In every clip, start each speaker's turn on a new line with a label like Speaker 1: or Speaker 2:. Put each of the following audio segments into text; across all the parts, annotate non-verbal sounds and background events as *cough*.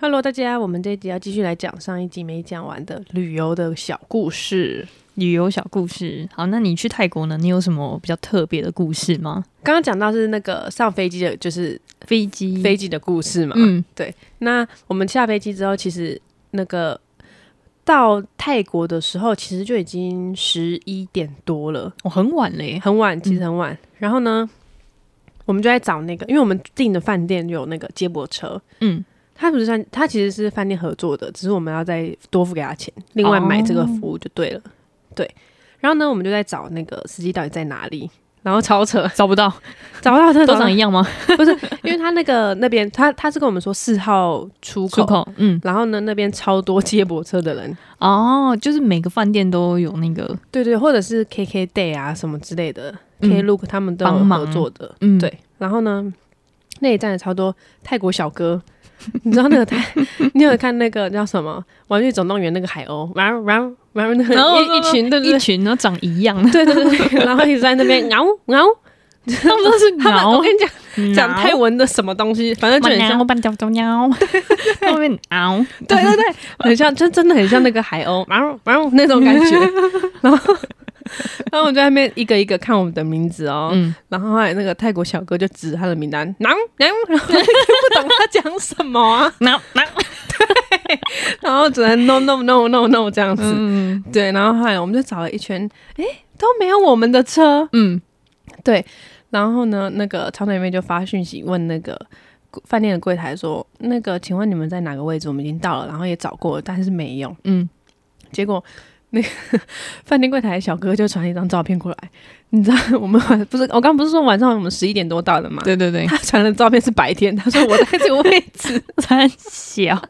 Speaker 1: Hello，大家，我们这一集要继续来讲上一集没讲完的旅游的小故事。
Speaker 2: 旅游小故事。好，那你去泰国呢？你有什么比较特别的故事吗？
Speaker 1: 刚刚讲到是那个上飞机的，就是
Speaker 2: 飞机，
Speaker 1: 飞机的故事嘛。
Speaker 2: 嗯，
Speaker 1: 那我们下飞机之后，其实那个到泰国的时候，其实就已经十一点多了，
Speaker 2: 我、哦很晚嗯了耶。
Speaker 1: 很晚，其实很晚。然后呢，我们就在找那个，因为我们订的饭店有那个接驳车，
Speaker 2: 嗯，
Speaker 1: 它不是算，它其实是饭店合作的，只是我们要再多付给他钱，另外买这个服务就对了。对，然后呢，我们就在找那个司机到底在哪里，然后超扯，
Speaker 2: *laughs* 找不到，
Speaker 1: *laughs* 找不到他，
Speaker 2: 都长一样吗？
Speaker 1: *laughs* 不是，因为他那个那边，他他是跟我们说四号出口，
Speaker 2: 出 *laughs* 口，嗯，
Speaker 1: 然后呢，那边超多接驳车的人，
Speaker 2: 哦，就是每个饭店都有那个，
Speaker 1: *laughs* 对对，或者是 KK Day 啊什么之类的、
Speaker 2: 嗯
Speaker 1: k Look 他们都有
Speaker 2: 帮忙
Speaker 1: 合作的，
Speaker 2: 嗯，
Speaker 1: 对，然后呢，那一站有超多泰国小哥， *laughs* 你知道那个泰， *laughs* 你有看那个叫什么《玩具总动员》那个海鸥，然后然后然后那个
Speaker 2: 然后
Speaker 1: 一一群对对
Speaker 2: 一群都长一样，
Speaker 1: *laughs* 对对对对，然后一直在那边 *laughs* 嗷嗷，
Speaker 2: *laughs* 他们都 *laughs* 是
Speaker 1: 他们我
Speaker 2: 挠嗯
Speaker 1: 跟你讲讲泰文的什么东西，反正就
Speaker 2: 就
Speaker 1: 很
Speaker 2: 很
Speaker 1: 像
Speaker 2: *laughs* 像，半条都挠，后面 *laughs* 挠，
Speaker 1: *laughs* 对对对，很像，真真的很像那个海鸥， *laughs* 然后然后那种感
Speaker 2: *laughs*
Speaker 1: 觉，然后。 *laughs* 然后我就在那边一个一个看我们的名字哦，
Speaker 2: 嗯，
Speaker 1: 然后后来那个泰国小哥就指他的名单，然后然后 *laughs* 然后我就不懂他讲什么啊，
Speaker 2: 挠挠，
Speaker 1: *laughs* 然后只能 no no no no no 这样子。
Speaker 2: 嗯
Speaker 1: 对，然后后来我们就找了一圈，诶，都没有我们的车。
Speaker 2: 嗯，
Speaker 1: 然后呢，那个长腿妹就发讯息问那个饭店的柜台说：“那个，请问你们在哪个位置？我们已经到了，然后也找过了，但是没有。
Speaker 2: 嗯，”
Speaker 1: 结果那个 *laughs* 饭店柜台的小哥就传了一张照片过来，你知道我们晚不是我刚不是说晚上我们十一点多到的嘛？
Speaker 2: *laughs* 对对对，
Speaker 1: 他传的照片是白天，他说我在这个位置，
Speaker 2: 三 *laughs* 小，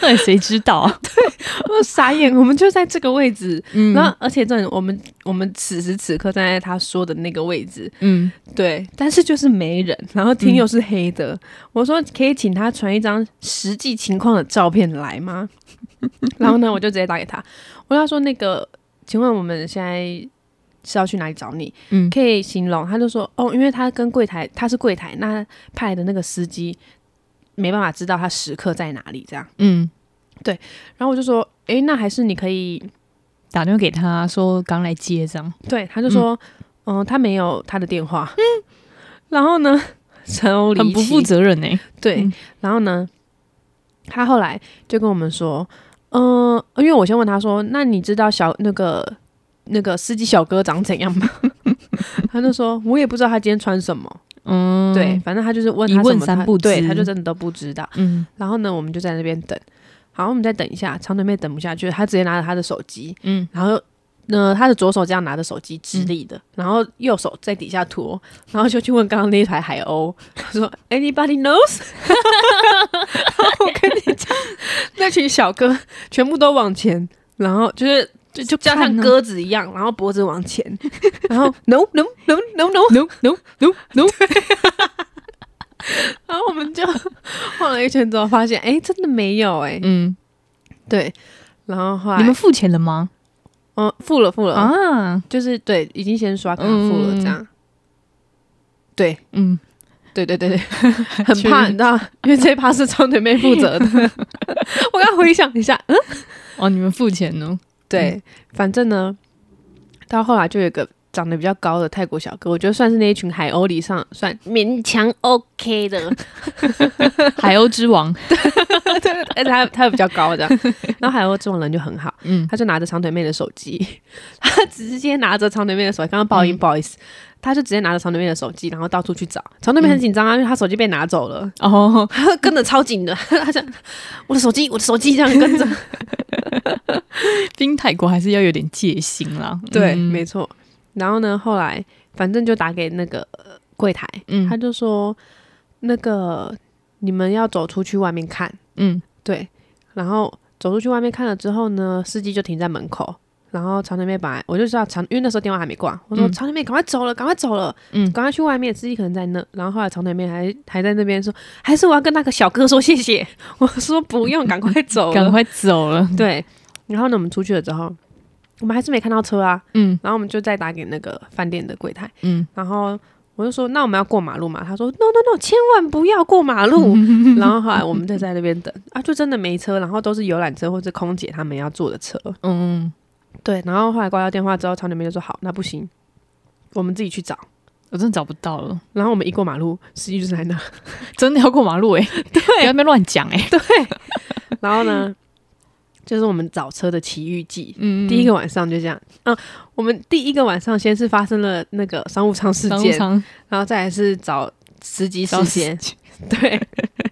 Speaker 2: 那谁知道啊？
Speaker 1: *laughs* 我傻眼，我们就在这个位置，
Speaker 2: 嗯
Speaker 1: 然后，而且这种我们我们此时此刻站在他说的那个位置，
Speaker 2: 嗯，
Speaker 1: 对，但是就是没人，然后厅又是黑的。我说可以请他传一张实际情况的照片来吗？ *laughs* 然后呢，我就直接打给他，我跟他说那个，请问我们现在是要去哪里找你？
Speaker 2: 嗯
Speaker 1: 可以形容？他就说哦，因为他跟柜台他是柜台，那派来的那个司机没办法知道他时刻在哪里这样。
Speaker 2: 嗯。
Speaker 1: 然后我就说，诶，那还是你可以
Speaker 2: 打电话给他说刚来接这样，
Speaker 1: 对，他就说，嗯、他没有他的电话。嗯，然后呢，超离
Speaker 2: 很不
Speaker 1: 奇
Speaker 2: 负。责任哎、
Speaker 1: 对，
Speaker 2: 嗯
Speaker 1: 然后呢，他后来就跟我们说，嗯、因为我先问他说，那你知道小那个那个司机小哥长怎样吗？ *laughs* 他就说，我也不知道他今天穿什么。
Speaker 2: 嗯，
Speaker 1: 对，，反正他就是问他
Speaker 2: 一问
Speaker 1: 什么他
Speaker 2: 三不
Speaker 1: 对，
Speaker 2: 知
Speaker 1: 他就真的都不知道。
Speaker 2: 嗯
Speaker 1: 然后呢，我们就在那边等。好，我们再等一下，长腿妹等不下去，她直接拿着她的手机，
Speaker 2: 嗯，
Speaker 1: 然后呢，他的左手这样拿着手机直立的，然后右手在底下拖，然后就去问刚刚那一台海鸥，他说 Anybody knows？然后我跟你讲，那群小哥全部都往前，然后就是。就就加像
Speaker 2: 看啊
Speaker 1: 鸽子一样，然后脖子往前，然后 no no no no no，
Speaker 2: no no no no， *laughs*
Speaker 1: 然后我们就晃了一圈之后，发现哎、诶真的没有哎、诶
Speaker 2: 嗯，
Speaker 1: 对，然后后来
Speaker 2: 你们付钱了吗？
Speaker 1: 嗯付了付了，
Speaker 2: 啊，
Speaker 1: 就是对，已经先刷卡付了
Speaker 2: 嗯
Speaker 1: 这样，对，
Speaker 2: 嗯，
Speaker 1: 对对
Speaker 2: *laughs*
Speaker 1: 对对，很
Speaker 2: 确
Speaker 1: 怕，
Speaker 2: 定
Speaker 1: 你知道，因为这一趴是长腿妹负责
Speaker 2: *laughs*
Speaker 1: 的。我刚回想一下，嗯，
Speaker 2: 哦，你们付钱哦，
Speaker 1: 对，反正呢，到后来就有一个长得比较高的泰国小哥，我觉得算是那一群海鸥里上算勉强 OK 的，
Speaker 2: *laughs* 海鸥之王，
Speaker 1: 而且哎他他比较高这
Speaker 2: *laughs*
Speaker 1: 样。然后海鸥这种人就很好，
Speaker 2: 嗯，
Speaker 1: 他就拿着长腿妹的手机，他直接拿着长腿妹的手机，刚刚报
Speaker 2: 嗯
Speaker 1: 音、不好意思，他就直接拿着长腿妹的手机，然后到处去找。长腿妹很紧张啊，
Speaker 2: 嗯
Speaker 1: 因为他手机被拿走了。
Speaker 2: 哦，
Speaker 1: 他 *laughs* 跟的超紧的，他想我的手机，我的手机这样
Speaker 2: *laughs*
Speaker 1: 跟着。
Speaker 2: 冰泰国还是要有点戒心啦，
Speaker 1: 对，
Speaker 2: 嗯
Speaker 1: 没错。然后呢，后来反正就打给那个呃柜台，
Speaker 2: 嗯
Speaker 1: 他就说那个你们要走出去外面看，
Speaker 2: 嗯
Speaker 1: 对。然后走出去外面看了之后呢，司机就停在门口。然后长腿妹本来我就知道长，因为那时候电话还没挂，我说、
Speaker 2: 嗯
Speaker 1: 长腿妹赶快走了，赶快走了，
Speaker 2: 嗯
Speaker 1: 赶快去外面，司机可能在那。然后后来长腿妹还还在那边说，还是我要跟那个小哥说谢谢。 *laughs* 我说不用，赶快走了，
Speaker 2: 赶快走了，
Speaker 1: 对，然后呢，我们出去了之后，我们还是没看到车啊，
Speaker 2: 嗯
Speaker 1: 然后我们就再打给那个饭店的柜台，
Speaker 2: 嗯
Speaker 1: 然后我就说那我们要过马路嘛，他说 no no no，千万不要过马路。
Speaker 2: *laughs*
Speaker 1: 然后后来我们就在那边等啊，就真的没车，然后都是游览车或者空姐他们要坐的车。
Speaker 2: 嗯，
Speaker 1: 对，然后后来挂掉电话之后，超女妹就说好，那不行，我们自己去找。
Speaker 2: 我真的找不到了，
Speaker 1: 然后我们一过马路，司机就在那。
Speaker 2: 真的要过马路哎、不要
Speaker 1: 对
Speaker 2: 在那边乱讲哎。
Speaker 1: 对，然后呢，就是我们找车的奇遇记。
Speaker 2: 嗯
Speaker 1: 第一个晚上就这样，嗯，我们第一个晚上先是发生了那个商务舱事
Speaker 2: 商务
Speaker 1: 件，
Speaker 2: 舱
Speaker 1: 然后再来是找司机事件，对。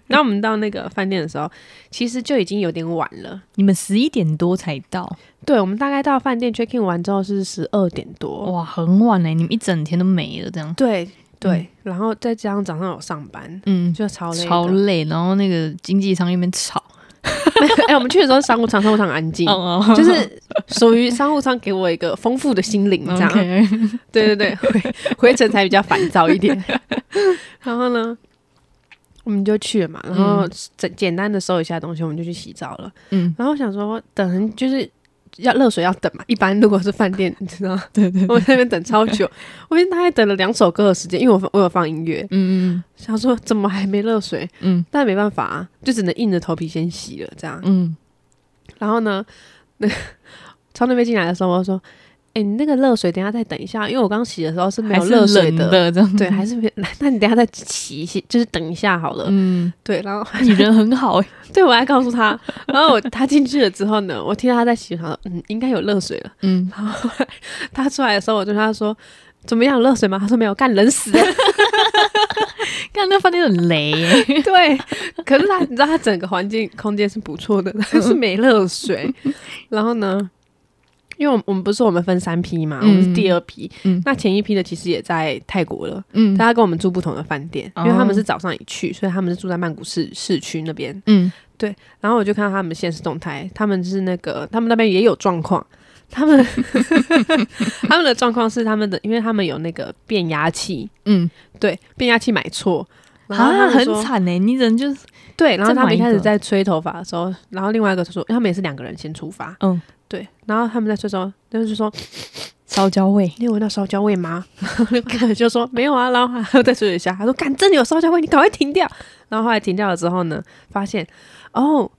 Speaker 1: 然后我们到那个饭店的时候，其实就已经有点晚了。
Speaker 2: 你们十一点多才到，
Speaker 1: 对，我们大概到饭店 check in 完之后是十二点多。
Speaker 2: 哇，很晚哎、你们一整天都没了这样。
Speaker 1: 对对，然后再加上早上有上班，
Speaker 2: 嗯，
Speaker 1: 就超累的。
Speaker 2: 超累，然后那个经济舱那边吵，
Speaker 1: *laughs* 哎、我们去的时候商务舱，商务舱很安静，
Speaker 2: 哦 *laughs*
Speaker 1: 就是属于商务舱给我一个丰富的心灵，这样。
Speaker 2: OK，
Speaker 1: 对对对， *laughs* 回回程才比较烦躁一
Speaker 2: *laughs*
Speaker 1: 点。然后呢，我们就去了嘛，然后简简单的收一下东西，我们就去洗澡了。
Speaker 2: 嗯，
Speaker 1: 然后想说等很就是要热水要等嘛，一般如果是饭店，你知道，
Speaker 2: *laughs* 对对，
Speaker 1: 我在那边等超久，我大概等了两首歌的时间，因为我放我有放音乐，
Speaker 2: 嗯
Speaker 1: 想说怎么还没热水，
Speaker 2: 嗯
Speaker 1: 但没办法、啊，就只能硬着头皮先洗了这样。
Speaker 2: 嗯
Speaker 1: 然后呢，那 *laughs* 从那边进来的时候，我就说：“哎、你那个热水等一下再等一下，因为我刚洗的时候是
Speaker 2: 嗯，
Speaker 1: 没有热水
Speaker 2: 冷的这样，
Speaker 1: 对，还是没有。 *laughs* 那那你等一下再洗一洗，就是等一下好了。
Speaker 2: 嗯，
Speaker 1: 对，然后
Speaker 2: *laughs*
Speaker 1: *laughs*
Speaker 2: 你人很好哎，
Speaker 1: 对我还告诉他，然后我他进去了之后呢，我听到他在洗，我想说嗯，应该有热水了。
Speaker 2: 嗯，
Speaker 1: 然后他出来的时候，我就跟他说。怎么样，有热水吗？他说没有，干冷死了。
Speaker 2: *laughs* 看那饭店很雷哎，
Speaker 1: 对，可是他，你知道他整个环境空间是不错的，但是没热水。然后呢，因为我们我们不是说我们分三批嘛，我们是第二批。
Speaker 2: 嗯
Speaker 1: 那前一批的其实也在泰国了，
Speaker 2: 嗯
Speaker 1: 大家跟我们住不同的饭店，因为他们
Speaker 2: 哦
Speaker 1: 是早上一去，所以他们是住在曼谷市市区那边。
Speaker 2: 嗯，
Speaker 1: 然后我就看到他们现实动态，他们是那个他们那边也有状况，他
Speaker 2: *laughs*
Speaker 1: 们他们的状况是他们的，因为他们有那个变压器，
Speaker 2: 嗯，
Speaker 1: 对，变压器买错。然后他
Speaker 2: 啊，
Speaker 1: 们
Speaker 2: 很
Speaker 1: 说
Speaker 2: 惨哎，你人就是，
Speaker 1: 对，然后
Speaker 2: 再
Speaker 1: 他们
Speaker 2: 买
Speaker 1: 一
Speaker 2: 一
Speaker 1: 开始
Speaker 2: 个
Speaker 1: 在吹头发的时候，然后另外一个就说，他们也是两个人先出发，
Speaker 2: 嗯，
Speaker 1: 对，然后他们在吹的时候，就是说
Speaker 2: 烧焦味，
Speaker 1: 你有闻到烧焦味吗？ *laughs* 然后那个人就说没有啊，然后还要再说一下，他说干真的有烧焦味，你赶快停掉。然后后来停掉了之后呢，发现哦，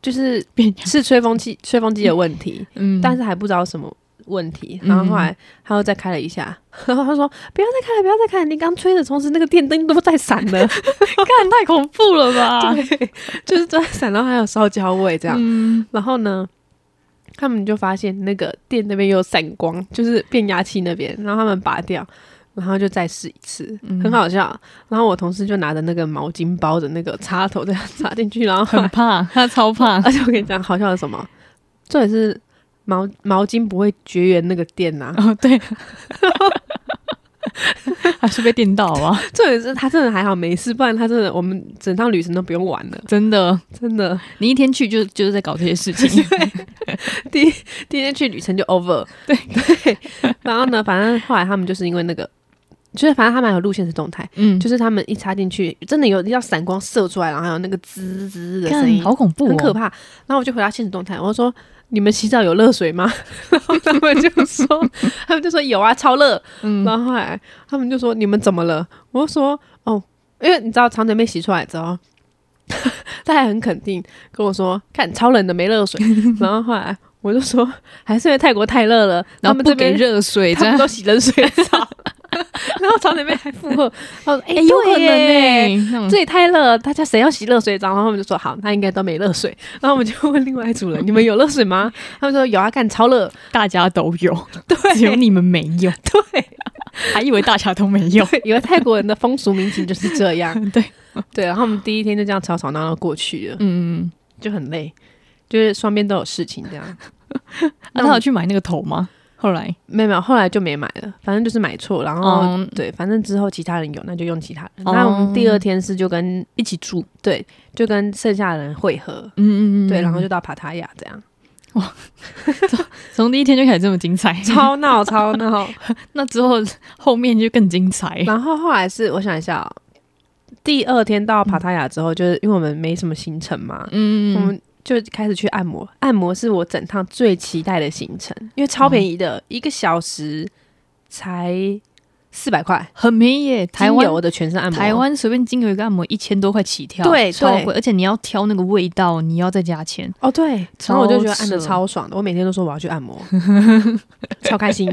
Speaker 1: 就是
Speaker 2: 变
Speaker 1: 是吹风机吹风机的问题，
Speaker 2: 嗯，
Speaker 1: 但
Speaker 2: 是
Speaker 1: 是还不知道什么问题。
Speaker 2: 嗯
Speaker 1: 然后后来他又再开了一下， *laughs* 然后他说不要再开了，不要再开了，你刚吹的同时那个电灯都在闪了，
Speaker 2: 看太恐怖了吧，
Speaker 1: 就是都在闪，然后还有烧焦味这样。
Speaker 2: 嗯，
Speaker 1: 然后呢，他们就发现那个店那边有散光，就是变压器那边，然后他们拔掉，然后就再试一次，
Speaker 2: 嗯
Speaker 1: 很好笑。然后我同事就拿着那个毛巾包的那个插头这样 *laughs* 插进去，然后
Speaker 2: 很怕，他超怕，
Speaker 1: 而且我跟你讲，好笑的是什么？重点是毛毛巾不会绝缘那个啊电
Speaker 2: *laughs*
Speaker 1: 呐、
Speaker 2: *laughs* 哦对，还是被电到啊，
Speaker 1: 重点是他真的还好没事，不然他真的我们整趟旅程都不用玩了，
Speaker 2: 真的，
Speaker 1: 真的。
Speaker 2: 你一天去就就是在搞这些事 *laughs* 情，
Speaker 1: *laughs* 第一天去旅程就 over。
Speaker 2: 对
Speaker 1: 对，然后呢，反正后来他们就是因为那个，就是反正他们还有路线是动态，
Speaker 2: 嗯，
Speaker 1: 就是他们一插进去，真的有要闪光射出来，然后还有那个滋滋的
Speaker 2: 看
Speaker 1: 声音，
Speaker 2: 好恐怖、哦，
Speaker 1: 很可怕。然后我就回答现实动态，我就说。你们洗澡有热水吗？ *laughs* 然后他们就说， *laughs* 他们就说有啊，超热。
Speaker 2: 嗯
Speaker 1: 然后后来他们就说你们怎么了？我就说哦，因为你知道长腿妹洗出来之后， *laughs* 他还很肯定跟我说，看超冷的没热水。
Speaker 2: *laughs*
Speaker 1: 然后后来我就说，还是因为泰国太热了，
Speaker 2: 然
Speaker 1: 他
Speaker 2: 后
Speaker 1: 们
Speaker 2: 不
Speaker 1: 这
Speaker 2: 给
Speaker 1: 边
Speaker 2: 热水，这
Speaker 1: 他们
Speaker 2: 样
Speaker 1: 都洗冷水澡。 *laughs* 然后长腿妹还附和，她说哎、
Speaker 2: *laughs* 哎
Speaker 1: 有可能哎、
Speaker 2: 那
Speaker 1: *laughs*
Speaker 2: 种
Speaker 1: 这也太热了，大家谁要洗热水澡？然后我们就说好，那应该都没热水。 *laughs* 然后我们就问另外一组人，你们有热水吗？他们说有啊，干超热。
Speaker 2: 大家都有，
Speaker 1: 对，
Speaker 2: 只有你们没 *laughs* 有，
Speaker 1: 对，
Speaker 2: 还以为大家都没 *laughs* 有。
Speaker 1: 以为泰国人的风俗民情就是这
Speaker 2: *laughs*
Speaker 1: 样。
Speaker 2: 对啊
Speaker 1: 对，然后我们第一天就这样吵吵闹闹过去了，
Speaker 2: 嗯，
Speaker 1: 就很累，就是双边都有事情这样。
Speaker 2: 那、
Speaker 1: 那我
Speaker 2: 他有去买那个头吗？后来，
Speaker 1: 没有没有，后来就没买了，反正就是买错，然后、
Speaker 2: 嗯，
Speaker 1: 对，反正之后其他人有那就用其他人。
Speaker 2: 哦
Speaker 1: 那我们第二天是就跟一起住，对，就跟剩下的人会合，
Speaker 2: 嗯嗯嗯，
Speaker 1: 对，然后就到帕塔亚这样，
Speaker 2: 从第一天就开始这么精彩，
Speaker 1: 超闹超闹。
Speaker 2: 那之后后面就更精彩。
Speaker 1: 然后后来是我想一下、哦，第二天到帕塔亚之后，就是因为我们没什么行程嘛，
Speaker 2: 嗯，
Speaker 1: 我们就开始去按摩。按摩是我整趟最期待的行程，因为超便宜的，一个小时才四百块，
Speaker 2: 很便宜耶，台
Speaker 1: 精
Speaker 2: 湾
Speaker 1: 油的全身按摩，
Speaker 2: 台湾随便精油一个按摩一千多块起跳，
Speaker 1: 对
Speaker 2: 超
Speaker 1: 对
Speaker 2: 贵，而且你要挑那个味道，你要再加钱。
Speaker 1: 哦对，然后我就觉得按的
Speaker 2: 超扯
Speaker 1: 超爽的，我每天都说我要去按摩，超开
Speaker 2: *laughs*
Speaker 1: 心。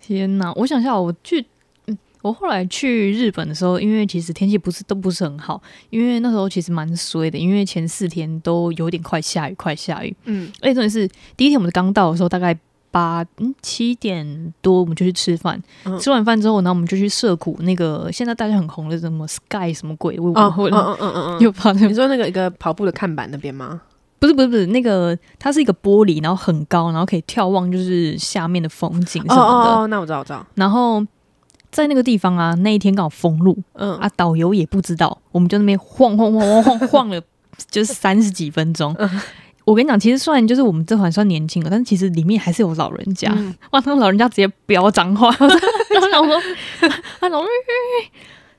Speaker 2: 天哪！我想一下，我去，嗯，我后来去日本的时候，因为其实天气不是都不是很好，因为那时候其实蛮衰的，因为前四天都有点快下雨，快下雨。
Speaker 1: 嗯，
Speaker 2: 而且重点是，第一天我们刚到的时候，大概八嗯七点多我们就去吃饭，
Speaker 1: 嗯
Speaker 2: 吃完饭之后，然后我们就去涩谷那个现在大家很红的什么 Sky 什么鬼，我我我、
Speaker 1: 嗯嗯嗯嗯，
Speaker 2: 又怕那
Speaker 1: 你说那个一个跑步的看板那边吗？
Speaker 2: 不是不是不是那个，它是一个玻璃，然后很高，然后可以眺望就是下面的风景
Speaker 1: 哦
Speaker 2: 什么的。
Speaker 1: 哦哦，那我知道我知道，
Speaker 2: 然后在那个地方啊，那一天刚好封路
Speaker 1: 嗯
Speaker 2: 啊，导游也不知道，我们就那边晃晃晃晃晃晃了，就是三十几分钟。
Speaker 1: 嗯
Speaker 2: 我跟你讲，其实虽然就是我们这款算年轻了，但是其实里面还是有老人家。
Speaker 1: 嗯
Speaker 2: 哇，那个老人家直接飙
Speaker 1: *laughs*
Speaker 2: 脏话，然后想说， *laughs* 啊，老人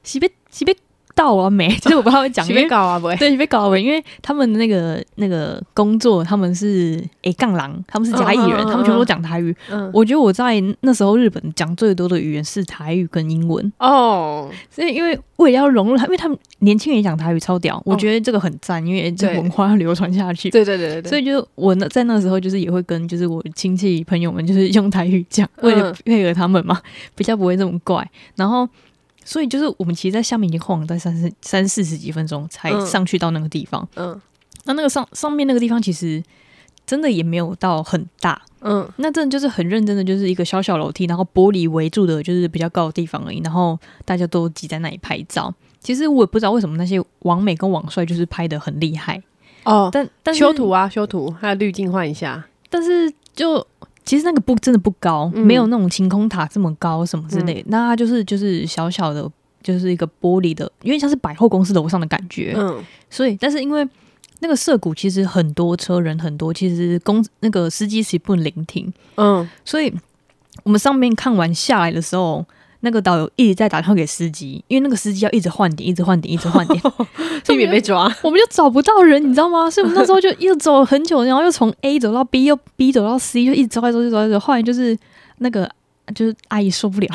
Speaker 2: 洗被洗被到啊没？其实我不知道会讲，
Speaker 1: 随
Speaker 2: 因为
Speaker 1: 便搞啊不会，
Speaker 2: 对，被搞了，因为他们的那个那个工作，他们是诶杠郎，他们是甲
Speaker 1: 嗯
Speaker 2: 乙
Speaker 1: 嗯
Speaker 2: 人，
Speaker 1: 嗯
Speaker 2: 他们全部都讲台语。
Speaker 1: 嗯
Speaker 2: 我觉得我在那时候日本讲最多的语言是台语跟英文，
Speaker 1: 哦，
Speaker 2: 所以因为为了要融入他，因为他们年轻人讲台语超屌，我觉得这个很赞，因为这
Speaker 1: 哦对
Speaker 2: 文化要流传下去。
Speaker 1: 对对对对对，
Speaker 2: 所
Speaker 1: 以
Speaker 2: 以就我那在那时候就是也会跟就是我亲戚朋友们就是用台语讲，为了
Speaker 1: 嗯
Speaker 2: 配合他们嘛， *laughs* 比较不会这么怪。然后，所以就是我们其实，在下面已经晃了大概三四三四十几分钟才
Speaker 1: 嗯
Speaker 2: 上去到那个地方。
Speaker 1: 嗯
Speaker 2: 那那个上上面那个地方其实真的也没有到很大，
Speaker 1: 嗯
Speaker 2: 那真的就是很认真的，就是一个小小楼梯，然后玻璃围住的，就是比较高的地方而已。然后大家都挤在那里拍照。其实我也不知道为什么那些网美跟网帅就是拍的很厉害，
Speaker 1: 哦，
Speaker 2: 但但是
Speaker 1: 修图啊修图，还有滤镜换一下，
Speaker 2: 但是就其实那个不真的不高，
Speaker 1: 嗯
Speaker 2: 没有那种晴空塔这么高什么之类的。那它就是就是小小的，就是一个玻璃的，因为像是百货公司楼上的感觉。
Speaker 1: 嗯
Speaker 2: 所以，但是因为那个涩谷其实很多车人很多，其实公那个司机是不能聆听，
Speaker 1: 嗯
Speaker 2: 所以我们上面看完下来的时候。那个导游一直在打电话给司机，因为那个司机要一直换点，一直换点，一直换点，
Speaker 1: 避免被抓，
Speaker 2: *laughs*
Speaker 1: *laughs*
Speaker 2: 我们就找不到人，你知道吗？所以我们那时候就又走了很久，然后又从 A 走到 B，又 B 走到 C，就一直走来走去走来走去。后来就是那个就是阿姨受
Speaker 1: *laughs*
Speaker 2: 不了，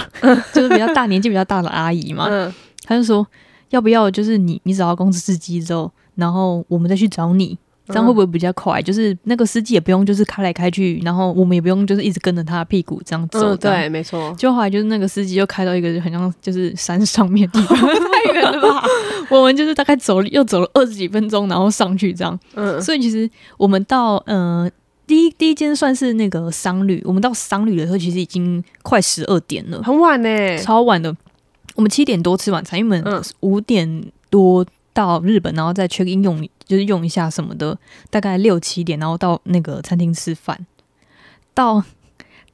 Speaker 2: 就是比较大年纪比较大的阿姨嘛，
Speaker 1: 嗯
Speaker 2: 她就说要不要就是你你找到公司司机之后，然后我们再去找你，
Speaker 1: 嗯
Speaker 2: 这样会不会比较快？就是那个司机也不用就是开来开去，然后我们也不用就是一直跟着他的屁股这样走。
Speaker 1: 嗯，对，没错，
Speaker 2: 就后来就是那个司机就开到一个很像就是山上面的
Speaker 1: *laughs*
Speaker 2: 地方， *laughs* 太远了吧？我们就是大概走了又走了二十几分钟，然后上去这样。
Speaker 1: *laughs* 嗯
Speaker 2: 所以其实我们到呃第一第一间算是那个商旅，我们到商旅的时候其实已经快十二点了，
Speaker 1: 很晚呢，
Speaker 2: 超晚的。我们七点多吃晚餐，因为我们
Speaker 1: 嗯
Speaker 2: 五点多到日本，然后再 check in 用就是用一下什么的，大概六七点，然后到那个餐厅吃饭，到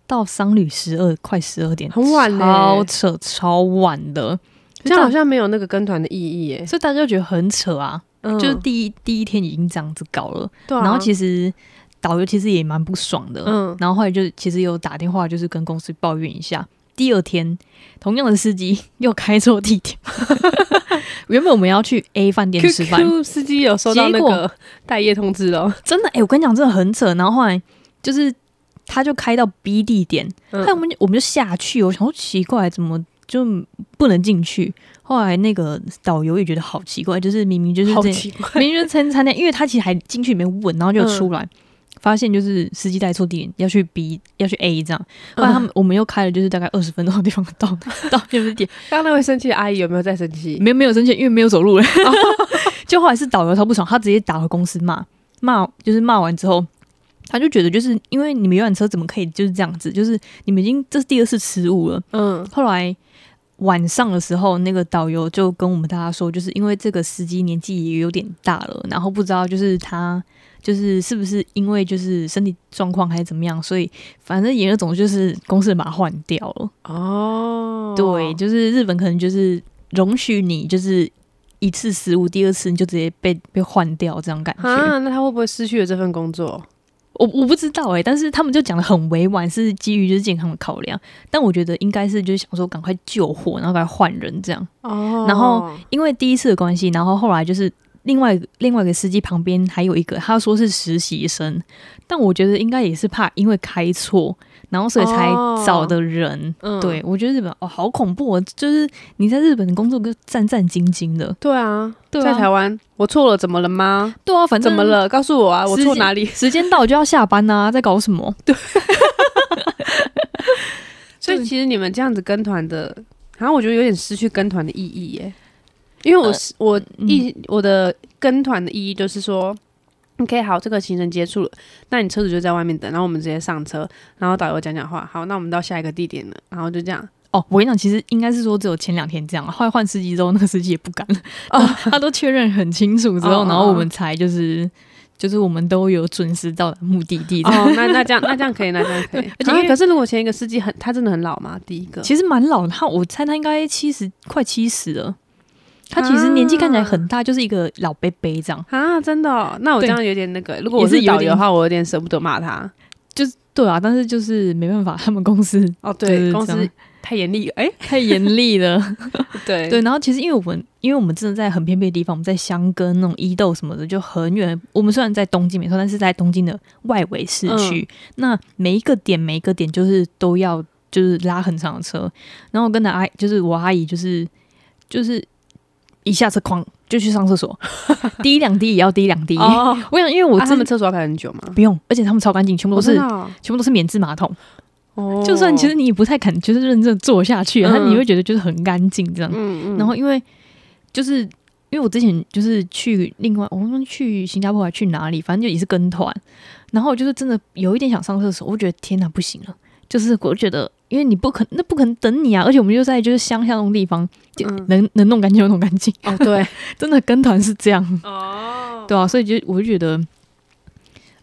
Speaker 2: 到商旅十二快十二点，
Speaker 1: 很晚嘞
Speaker 2: 超扯超晚的，
Speaker 1: 这样好像没有那个跟团的意义耶，
Speaker 2: 所以大家就觉得很扯啊，
Speaker 1: 嗯
Speaker 2: 就是第一第一天已经这样子搞了，
Speaker 1: 对啊，
Speaker 2: 然后其实导游其实也蛮不爽的，
Speaker 1: 嗯
Speaker 2: 然后后来就其实有打电话，就是跟公司抱怨一下。第二天，同样的司机 *laughs* 又开错地点， *laughs* 原本我们要去 A 饭店吃饭，
Speaker 1: QQ 司机有收到那
Speaker 2: 结果
Speaker 1: 个待业通知了，
Speaker 2: 真的哎、我跟你讲，真的很扯。然后后来就是他就开到 B 地点，
Speaker 1: 嗯
Speaker 2: 后来我们就我们就下去，我想说奇怪，怎么就不能进去？后来那个导游也觉得好奇怪，就是明明就是
Speaker 1: 好
Speaker 2: 这
Speaker 1: 奇怪，
Speaker 2: 明明就是餐餐厅，因为他其实还进去里面问，然后就出来，发现就是司机带错地点，要去 B，要去 A 这样。
Speaker 1: 嗯
Speaker 2: 后来他们、我们又开了就是大概二十分钟的地方到到原本点，
Speaker 1: 刚刚那位生气的阿姨有没有在生气？
Speaker 2: 没有没有生气，因为没有走路了。就后来是导游超不爽，他直接打回公司骂骂，就是骂完之后。他就觉得，就是因为你们游览车怎么可以就是这样子？就是你们已经这是第二次失误了，
Speaker 1: 嗯
Speaker 2: 后来晚上的时候，那个导游就跟我们大家说，就是因为这个司机年纪也有点大了，然后不知道就是他就是是不是因为就是身体状况还是怎么样，所以反正也有种就是公司把他换掉了。
Speaker 1: 哦，
Speaker 2: 对，就是日本可能就是容许你就是一次失误，第二次你就直接被被换掉这样感觉。
Speaker 1: 啊，那他会不会失去了这份工作？
Speaker 2: 我我不知道哎、但是他们就讲的很委婉，是基于就是健康的考量，但我觉得应该是就是想说赶快救火，然后赶快换人这样。
Speaker 1: 哦
Speaker 2: 然后因为第一次的关系，然后后来就是另外另外一个司机旁边还有一个，他说是实习生，但我觉得应该也是怕因为开错，然后所以才
Speaker 1: 哦
Speaker 2: 找的人。
Speaker 1: 嗯
Speaker 2: 对，我觉得日本哦好恐怖哦，就是你在日本工作就战战兢兢的，
Speaker 1: 对啊，
Speaker 2: 对
Speaker 1: 在台
Speaker 2: 啊，
Speaker 1: 湾我错了，怎么了吗？
Speaker 2: 对啊，反正
Speaker 1: 怎么？了？告诉我啊，我
Speaker 2: 时
Speaker 1: 错
Speaker 2: 间
Speaker 1: 哪里？
Speaker 2: 时间到就要下班呐、在搞什么？
Speaker 1: 所以
Speaker 2: 对
Speaker 1: 其实你们这样子跟团的，然后我觉得有点失去跟团的意义耶，因
Speaker 2: 呃
Speaker 1: 为我是、我
Speaker 2: 嗯
Speaker 1: 意、我的跟团的意义就是说。OK，好，这个行程结束了，那你车子就在外面等，然后我们直接上车，然后导游讲讲话，好，那我们到下一个地点了，然后就这样。
Speaker 2: *laughs* 哦，我跟你讲，其实应该是说只有前两天这样，后来换司机之后，那个司机也不敢了，
Speaker 1: 哦
Speaker 2: *laughs* 他都确认很清楚之
Speaker 1: 哦
Speaker 2: 后，然后
Speaker 1: 哦
Speaker 2: 我们才就是就是我们都有准时到达目的地这样。
Speaker 1: 哦， *laughs* 那那这样那这样可以，那这样可以。
Speaker 2: *laughs* 而且
Speaker 1: 啊
Speaker 2: 因为
Speaker 1: 可是如果前一个司机很，他真的很老吗？第一个，
Speaker 2: 其实蛮老的，他我猜他应该七十快七十了。他其实年纪看起来很大，就是一个老伯伯这样。
Speaker 1: 啊，真的哦、那我这
Speaker 2: 对
Speaker 1: 样有点那个，如果我
Speaker 2: 也是
Speaker 1: 是
Speaker 2: 有
Speaker 1: 导游的
Speaker 2: 点
Speaker 1: 话，我有点舍不得骂他。
Speaker 2: 对啊，但是就是没办法，他们公司
Speaker 1: 哦，
Speaker 2: 对
Speaker 1: 公
Speaker 2: 这
Speaker 1: 司
Speaker 2: 样
Speaker 1: 太严厉了，哎、
Speaker 2: 太严厉了。
Speaker 1: *laughs* 对
Speaker 2: 对，然后其实因为我们，因为我们真的在很偏僻的地方，我们在香根那种伊豆什么的就很远。我们虽然在东京没错，但是在东京的外围市
Speaker 1: 嗯
Speaker 2: 区。那每一个点，每一个点就是都要就是拉很长的车。然后我跟的阿就是我阿姨就是就是一下车哐就去上
Speaker 1: *laughs*
Speaker 2: 厕所，滴两滴也要滴两滴。 *laughs*
Speaker 1: 哦，
Speaker 2: 我想，因为我
Speaker 1: 啊
Speaker 2: 真
Speaker 1: 他
Speaker 2: 的
Speaker 1: 们厕所要排很久吗？
Speaker 2: 不用，而且他们超干净，全部
Speaker 1: 我
Speaker 2: 都
Speaker 1: 知
Speaker 2: 是、
Speaker 1: 道，
Speaker 2: 全部都是免治马桶。
Speaker 1: 哦
Speaker 2: *laughs* 就算其实你也不太肯，就是认真坐下去，
Speaker 1: 嗯
Speaker 2: 但你会觉得就是很干净这样。
Speaker 1: 嗯嗯，
Speaker 2: 然后因为就是因为我之前就是去另外，我忘记去新加坡还去哪里，反正就也是跟团，然后我就是真的有一点想上厕所，我觉得天哪，不行了，就是我觉得。因为你不可那不可能等你啊，而且我们就在就是乡下那种地方，就 *laughs*
Speaker 1: 嗯
Speaker 2: 能、能弄干净就弄干净， *laughs*
Speaker 1: 哦对
Speaker 2: 真的跟团是这样。
Speaker 1: 哦
Speaker 2: 对啊，所以就我就觉得，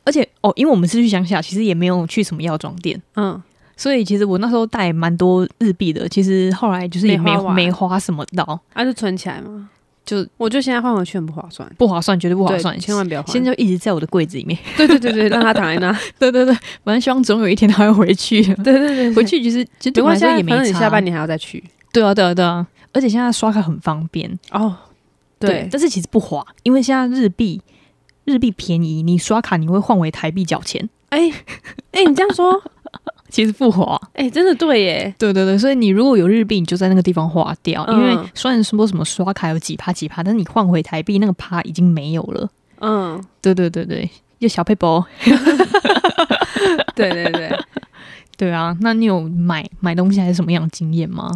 Speaker 2: 而且哦，因为我们是去乡下，其实也没有去什么药妆店，
Speaker 1: *laughs* 嗯
Speaker 2: 所以其实我那时候带蛮多日币的，其实后来就是也
Speaker 1: 没
Speaker 2: 没
Speaker 1: 花完
Speaker 2: 没花什么到，
Speaker 1: 啊就存起来嘛，
Speaker 2: 就
Speaker 1: 我就现在换回去很不划算，
Speaker 2: 不划算，绝对不
Speaker 1: 不
Speaker 2: 划算，
Speaker 1: 千万不要换。
Speaker 2: 现在就一直在我的柜子里面。
Speaker 1: *laughs* 对对对对，让他躺在那，
Speaker 2: *laughs* 对对对，反正希望总有一天它会回去。啊
Speaker 1: 对对对，
Speaker 2: 回去其实其实
Speaker 1: 没
Speaker 2: *laughs* 对我
Speaker 1: 关
Speaker 2: 来
Speaker 1: 系
Speaker 2: 说
Speaker 1: 啊，
Speaker 2: 也
Speaker 1: 反
Speaker 2: 没
Speaker 1: 正
Speaker 2: 差。
Speaker 1: 你下半年还要再去
Speaker 2: 对啊对啊对啊，而且现在刷卡很方便。
Speaker 1: 哦，对，
Speaker 2: 但是其实不划，因为现在日币日币便宜，你刷卡你会换回台币缴钱，
Speaker 1: 哎哎你这样说，
Speaker 2: 其实不划。
Speaker 1: 哎真的对耶，
Speaker 2: 对对对，所以你如果有日币，你就在那个地方花掉，因为
Speaker 1: 嗯
Speaker 2: 虽然说什么刷卡有几趴几趴，但是你换回台币那个趴已经没有了。
Speaker 1: 嗯，
Speaker 2: 对对对对，有小配包。
Speaker 1: 对对对。
Speaker 2: 对啊，那你有买买东西还是什么样的经验吗？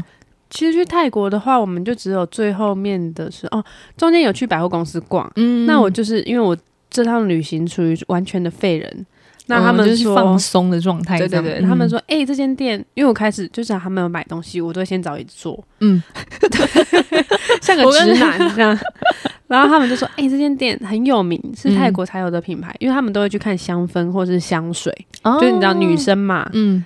Speaker 1: 其实去泰国的话，我们就只有最后面的是哦，中间有去百货公司逛。
Speaker 2: 嗯
Speaker 1: 那我就是因为我这趟旅行处于完全的废人，那他们
Speaker 2: 哦就是
Speaker 1: 说、
Speaker 2: 放松的状态，
Speaker 1: 对对
Speaker 2: 这样
Speaker 1: 对，
Speaker 2: 嗯
Speaker 1: 他们说，哎、这间店，因为我开始就是他们有买东西，我都会先找椅子
Speaker 2: *laughs*
Speaker 1: 坐，
Speaker 2: 嗯，
Speaker 1: 像个
Speaker 2: 我跟
Speaker 1: 直男这样。 *laughs* 然后他们就说，哎、这间店很有名，是
Speaker 2: 嗯
Speaker 1: 泰国才有的品牌，因为他们都会去看香氛或是香水，
Speaker 2: 哦
Speaker 1: 就是你知道女，生嘛。
Speaker 2: 嗯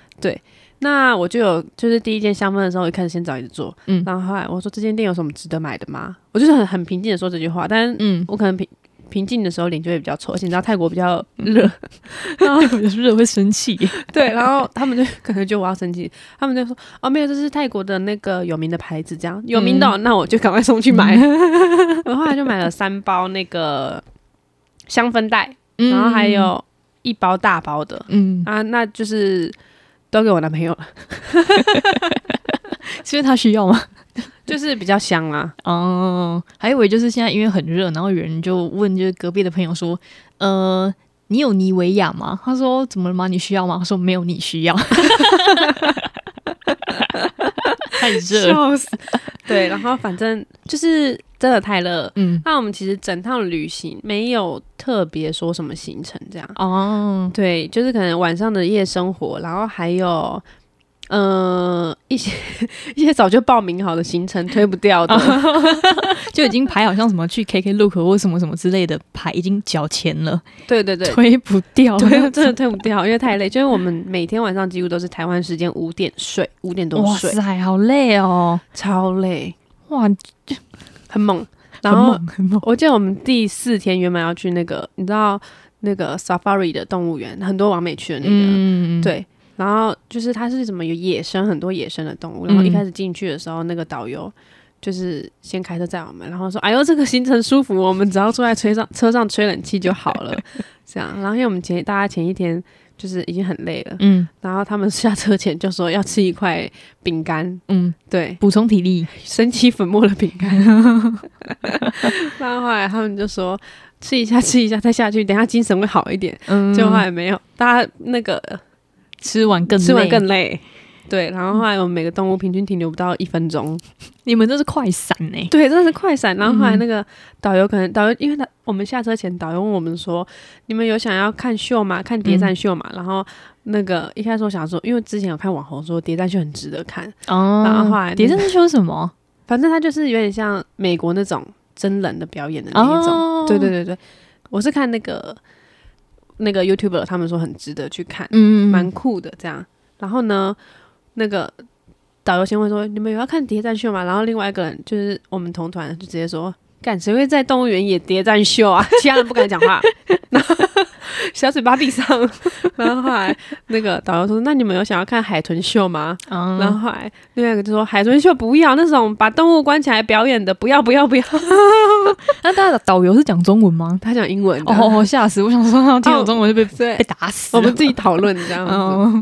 Speaker 1: 那我就有就是第一间香氛的时候，我一开始先找椅子坐，
Speaker 2: 嗯
Speaker 1: 然后后来我说这间店有什么值得买的吗？我就是很很平静的说这句话，但是 *laughs*
Speaker 2: 嗯，
Speaker 1: 我可能平平静的时候脸就会比较臭，而且你知道泰国比
Speaker 2: *laughs*
Speaker 1: 较热，哎
Speaker 2: 我是不是会生气？
Speaker 1: 对，然后他们就可能就我要生气，他们就说哦没有，这是泰国的那个有名的牌子，这样有名的
Speaker 2: 嗯
Speaker 1: 哦、那我就赶快送去买。 *laughs* 我后来就买了三包那个香氛袋，
Speaker 2: 嗯
Speaker 1: 然后还，有一包大包的、
Speaker 2: 嗯，
Speaker 1: 啊，那就是都给我男朋友了，
Speaker 2: 是因为他需要吗？
Speaker 1: 就是比较香啊。
Speaker 2: 哦，还以为就是现在因为很热，然后有人就问就是隔壁的朋友说，呃，你有妮维雅吗？他说怎么了吗？你需要吗？他说没有，你需要。 *laughs* 太热了，
Speaker 1: 笑死！对，然后反正就是真的太热。
Speaker 2: 嗯，
Speaker 1: 那我们其实整趟旅行没有特别说什么行程这样，
Speaker 2: 哦，
Speaker 1: 对，就是可能晚上的夜生活，然后还有。嗯，一些 *laughs* 一些早就报名好的行程推不掉的，
Speaker 2: 啊就已经排好像什么去 KK Look 或什么什么之类的牌已经缴钱了，
Speaker 1: 对对对，
Speaker 2: 推不掉
Speaker 1: 推真的推不掉，因为太累。就是我们每天晚上几乎都是台湾时间五点睡，五点多
Speaker 2: 哇
Speaker 1: 睡，
Speaker 2: 塞，好累哦！
Speaker 1: 超累，
Speaker 2: 哇，
Speaker 1: 很猛。然
Speaker 2: 很
Speaker 1: 后
Speaker 2: 猛很猛，
Speaker 1: 我记得我们第四天原本要去那个，你知道那个 Safari 的动物园，很多完美去的那个，
Speaker 2: 嗯，
Speaker 1: 对。然后就是它是什么有野生很多野生的动物，然后一开始进去的时候，那个导游就是先开车载我们，然后说：“哎呦，这个行程舒服，我们只要坐在车上 *laughs* 车上吹冷气就好了。”这样，然后因为我们前大家前一天就是已经很累了，
Speaker 2: 嗯
Speaker 1: 然后他们下车前就说要吃一块饼干，
Speaker 2: 嗯，
Speaker 1: 对，
Speaker 2: 补充体力，
Speaker 1: 神奇粉末的饼干。然后后来他们就说吃一下吃一下再下去，等一下精神会好一点。
Speaker 2: 嗯，
Speaker 1: 结果后来没有，大家那个
Speaker 2: 吃完更
Speaker 1: 吃完
Speaker 2: 累
Speaker 1: 更累。对，然后后来我们每个动物平均停留不到一分钟。
Speaker 2: 你们这是快闪欸呢、
Speaker 1: 对，真的是快闪。然后后来那个导游可能导游，因为他我们下车前导游问我们说，你们有想要看秀吗？看谍战秀嘛？然后那个一开始我想说，因为之前有看网红说谍战秀很值得看，
Speaker 2: 哦
Speaker 1: 然后后来
Speaker 2: 谍战秀是什么？
Speaker 1: 反正它就是有点像美国那种真人的表演的那一种。
Speaker 2: 哦
Speaker 1: 对对，对对，我是看那个那个 YouTuber 他们说很值得去看，
Speaker 2: 嗯，
Speaker 1: 蛮酷的这样。然后呢，那个导游先问说：“你们有要看谍战秀吗？”然后另外一个人就是我们同团就直接说：“干谁会在动物园演谍战秀啊？” *laughs* 其他人不敢讲话，然后小嘴巴闭上。 *laughs* 然后后来那个导游说：“那你们有想要看海豚秀吗？”
Speaker 2: 嗯，
Speaker 1: 然后后来另外一个就说：“海豚秀不要那种把动物关起来表演的，不要不要不 *laughs* 要。
Speaker 2: 那他的导游是讲中文
Speaker 1: *laughs*
Speaker 2: 吗”？
Speaker 1: 他讲英文的，
Speaker 2: 哦，吓死！我想说，他听懂中文就被、
Speaker 1: 哦对
Speaker 2: 被，打死
Speaker 1: 我
Speaker 2: 了。
Speaker 1: 们自己讨论这样子。 *laughs*
Speaker 2: 哦，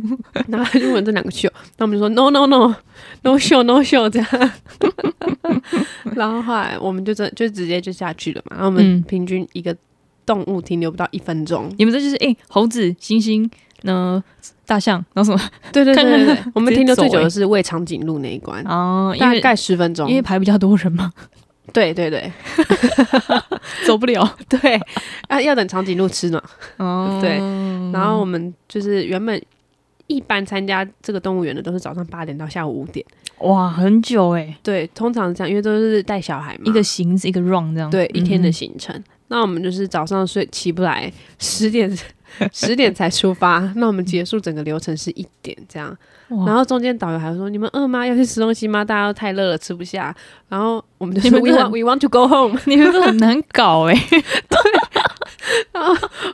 Speaker 1: 然后他就问这两个秀，那我们就说 no no no *laughs* no show no show 这样， *laughs* 然后后来我们就真就直接就下去了嘛，然后我们
Speaker 2: 嗯
Speaker 1: 平均一个动物停留不到一分钟，
Speaker 2: 你们这就是哎、猴子、猩猩、那大象，然后什么？
Speaker 1: 对对对对对，我们
Speaker 2: 直接
Speaker 1: 停留最
Speaker 2: 走
Speaker 1: 久的
Speaker 2: 欸
Speaker 1: 是喂长颈鹿那一关，
Speaker 2: 哦，因
Speaker 1: 大
Speaker 2: 为
Speaker 1: 概十分钟，
Speaker 2: 因为排比较多人嘛， *laughs*
Speaker 1: 对对对
Speaker 2: 走不了。
Speaker 1: 对，啊要等长颈鹿吃嘛，
Speaker 2: 哦，
Speaker 1: 对，然后我们就是原本一般参加这个动物园的都是早上八点到下午五点，
Speaker 2: 哇，很久哎、
Speaker 1: 对，通常这样，因为都是带小孩嘛，
Speaker 2: 一个行一个 run 这样。
Speaker 1: 对一天的
Speaker 2: 嗯 *laughs*
Speaker 1: 行程。那我们就是早上睡起不来，十点十点才出发。那我们结束整个流程是一点这样，
Speaker 2: 哇
Speaker 1: 然后中间导游还说：“你们饿吗？要去吃东西吗？大家都太热了，吃不下。”然后我们就
Speaker 2: 你
Speaker 1: 说
Speaker 2: 们
Speaker 1: ：“We
Speaker 2: 真的。
Speaker 1: want we want to go home *laughs*
Speaker 2: 你们这很难搞哎、”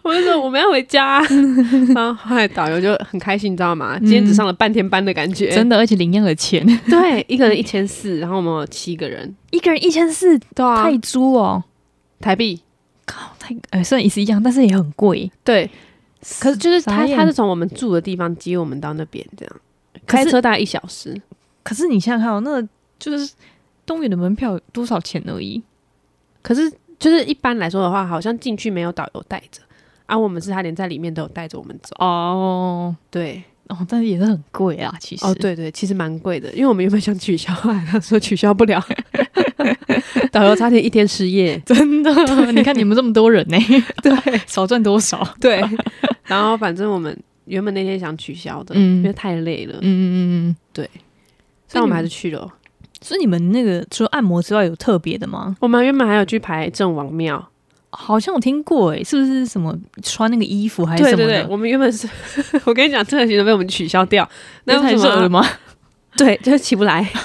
Speaker 1: 我就说：“我们要回
Speaker 2: *laughs*
Speaker 1: 家。”然后后来导游就很开心，你知道吗？今天只上了半天班的感觉，
Speaker 2: 嗯真的，而且领样的钱，
Speaker 1: 对，一个人一千四，然后我们有七个人，
Speaker 2: 一个人一千四，
Speaker 1: 对啊，
Speaker 2: 泰铢哦，
Speaker 1: 台币。
Speaker 2: 靠，太呃，虽然也是一样，但是也很贵。
Speaker 1: 对，可是就是
Speaker 2: 傻
Speaker 1: 他，
Speaker 2: 眼
Speaker 1: 他是从我们住的地方接我们到那边，这样
Speaker 2: 可
Speaker 1: 开
Speaker 2: 是
Speaker 1: 车大概一小时。
Speaker 2: 可是你想想看哦，那就是东园的门票多少钱而已，
Speaker 1: 可是就是一般来说的话，好像进去没有导游带着，啊，我们是他连在里面都有带着我们走。
Speaker 2: 哦
Speaker 1: 对，
Speaker 2: 哦，但是也是很贵啊，其实。
Speaker 1: 哦，，对对，其实蛮贵的，因为我们原本想取消，后来他说取消不了， *laughs* 导游差点一天失业。
Speaker 2: 真的，你看你们这么多人呢、对， *laughs* 少赚多少？
Speaker 1: 对， *laughs* 然后反正我们原本那天想取消的，
Speaker 2: 嗯
Speaker 1: 因为太累了，
Speaker 2: 嗯嗯嗯，
Speaker 1: 对。
Speaker 2: 所
Speaker 1: 但
Speaker 2: 以
Speaker 1: 我
Speaker 2: 你
Speaker 1: 们还是去了。
Speaker 2: 所以你们那个除了按摩之外，有特别的吗？
Speaker 1: 我们原本还有去排郑王庙，
Speaker 2: 好像我听过诶、是不是什么穿那个衣服还是什
Speaker 1: 对
Speaker 2: 么
Speaker 1: 对
Speaker 2: 的？
Speaker 1: 对，我们原本是， *laughs* 我跟你讲，这个行程被我们取消掉，那
Speaker 2: 那太
Speaker 1: 为什么
Speaker 2: 热
Speaker 1: *laughs*
Speaker 2: 了吗？
Speaker 1: 对，就是起不来。 *laughs*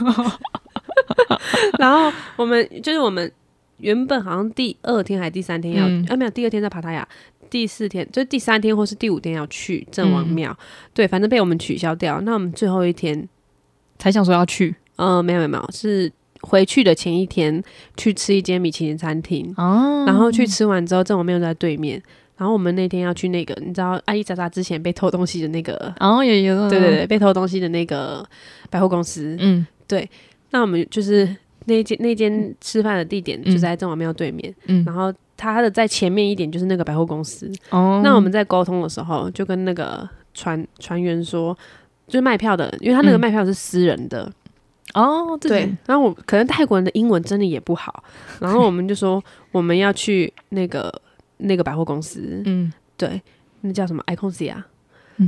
Speaker 1: 然后我们就是我们原本好像第二天还是第三天要，
Speaker 2: 嗯
Speaker 1: 啊没有，第二天在帕塔雅，第四天就是第三天或是第五天要去郑
Speaker 2: 嗯
Speaker 1: 王庙，对，反正被我们取消掉。那我们最后一天，
Speaker 2: 才想说要去
Speaker 1: 呃，没有没有没有，是回去的前一天去吃一间米其林餐厅，
Speaker 2: 哦
Speaker 1: 然后去吃完之后，郑王庙就在对面。然后我们那天要去那个，你知道阿依莎莎之前被偷东西的那个，
Speaker 2: 然后哦也有那种
Speaker 1: 对对，对，被偷东西的那个百货公司，
Speaker 2: 嗯
Speaker 1: 那我们就是那间那间吃饭的地点就在郑王庙对面，
Speaker 2: 嗯，
Speaker 1: 然后它的在前面一点就是那个百货公司。
Speaker 2: 哦
Speaker 1: 那我们在沟通的时候，就跟那个船船员说，就是卖票的，因为他那个
Speaker 2: 嗯
Speaker 1: 卖票是私人的，
Speaker 2: 哦自己
Speaker 1: 对。然后我可能泰国人的英文真的也不好，然后我们就说我们要去那个那个百货公
Speaker 2: *laughs*
Speaker 1: 司，
Speaker 2: 嗯
Speaker 1: 对，那叫什么 Iconia。
Speaker 2: 嗯
Speaker 1: 啊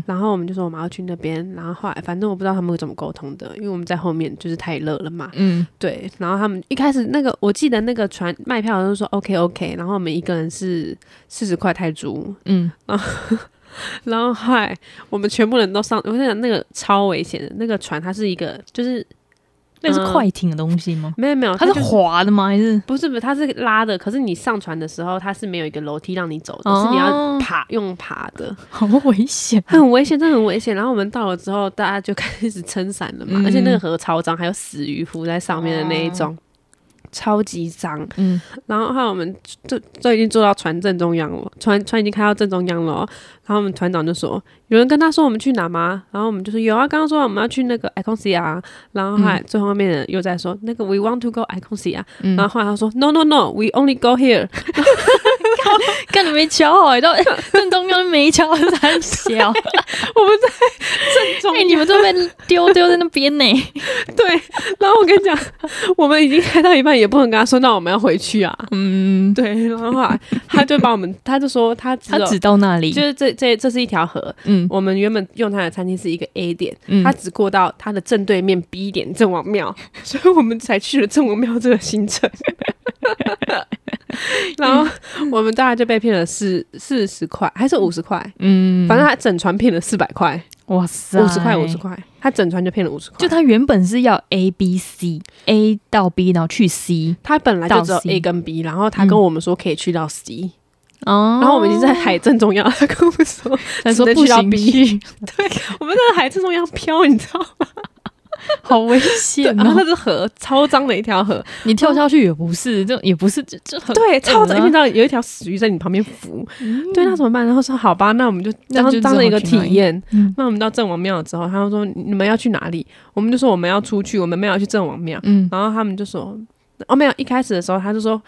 Speaker 1: 然后我们就说我们要去那边，然后后来反正我不知道他们怎么沟通的，因为我们在后面就是太热了嘛，
Speaker 2: 嗯
Speaker 1: 对，然后他们一开始那个，我记得那个船卖票的就说 OK OK，然后我们一个人是四十块泰铢， *laughs*
Speaker 2: 嗯，
Speaker 1: 然后后来我们全部人都上，我跟你讲那个超危险的，那个船它是一个就是
Speaker 2: 那是
Speaker 1: 嗯
Speaker 2: 快艇的东西吗？
Speaker 1: 没有没有，
Speaker 2: 哦它是
Speaker 1: 就是
Speaker 2: 滑的吗？还是
Speaker 1: 不是不是它是拉的，可是你上船的时候它是没有一个楼梯让你走的，是你要
Speaker 2: 哦
Speaker 1: 爬用爬的，
Speaker 2: 好危 *laughs* 险？
Speaker 1: *laughs* 很危险，真的很危险。然后我们到了之后，大家就开始撑伞了嘛，
Speaker 2: 嗯哦
Speaker 1: 而且那个河超脏，还有死鱼浮在上面的那一种。超级脏。
Speaker 2: 嗯，
Speaker 1: 然后后来我们就就已经坐到船正中央了，船船已经开到正中央了哦。然后我们船长就说：“有人跟他说我们去哪吗？”然后我们就说：“有啊，刚刚说我们要去那个 Iconia。”然后后来最后面的人又在说：“那个 We want to go Iconia。”
Speaker 2: 嗯
Speaker 1: 然后后来他说：“No No No，We only go here。
Speaker 2: 看你没瞧好、欸，到 *laughs* 正中央没瞧好，三 *laughs* 小，”
Speaker 1: 我们在正中
Speaker 2: *laughs* 哎、
Speaker 1: 央
Speaker 2: 你们都被丢丢在那边 *laughs* 呢、
Speaker 1: *laughs* 对，然后我跟你讲，我们已经开到一半，也不能跟他说，那我们要回去啊。
Speaker 2: 嗯，
Speaker 1: 对，然后后来他就把我们，他就说他只
Speaker 2: 他
Speaker 1: 有
Speaker 2: 只到那里，
Speaker 1: 就是这这这是一条河，
Speaker 2: 嗯
Speaker 1: 我们原本用餐的餐厅是一个 A 点，
Speaker 2: 嗯
Speaker 1: 他只过到他的正对面 B 点郑王庙，所以我们才去了郑王庙这个行程。 *laughs* 然后我们大概就被骗了四四十块，还是五十块，
Speaker 2: 嗯，
Speaker 1: 反正他整船骗了四百块，
Speaker 2: 哇塞，
Speaker 1: 五十块五十，块，他整船就骗了五十块。
Speaker 2: 就他原本是要 A B C，A 到 B 然后去 C，
Speaker 1: 他本来就只有
Speaker 2: 到 C
Speaker 1: A 跟 B，然后他跟我们说可以去到 C，、
Speaker 2: 嗯哦
Speaker 1: 然后我们已经在海正中央，他跟我们
Speaker 2: *laughs*
Speaker 1: 说，
Speaker 2: 他说
Speaker 1: 只能
Speaker 2: 不
Speaker 1: 去到
Speaker 2: 行
Speaker 1: B
Speaker 2: 去，
Speaker 1: 我们在海正中央飘，你知道吗？
Speaker 2: *laughs* 好危
Speaker 1: 对，
Speaker 2: 险
Speaker 1: 然后
Speaker 2: 哦！
Speaker 1: 那是河，超脏的一条河，
Speaker 2: 你跳下去也不是，这也不是，这这很
Speaker 1: 对，超脏，
Speaker 2: 嗯啊
Speaker 1: 因为到有一条死鱼在你旁边浮，对，那怎么办？然后说好吧，那我们就
Speaker 2: 嗯那
Speaker 1: 当
Speaker 2: 就
Speaker 1: 当
Speaker 2: 只好
Speaker 1: 了一个
Speaker 2: 去
Speaker 1: 体
Speaker 2: 哪里
Speaker 1: 验
Speaker 2: 嗯。
Speaker 1: 那我们到郑王庙之后，他们说你们要去哪里？我们就说我们要出去，我们没有要去郑王庙。
Speaker 2: 嗯，
Speaker 1: 然后他们就说，哦，没有，一开始的时候他就说。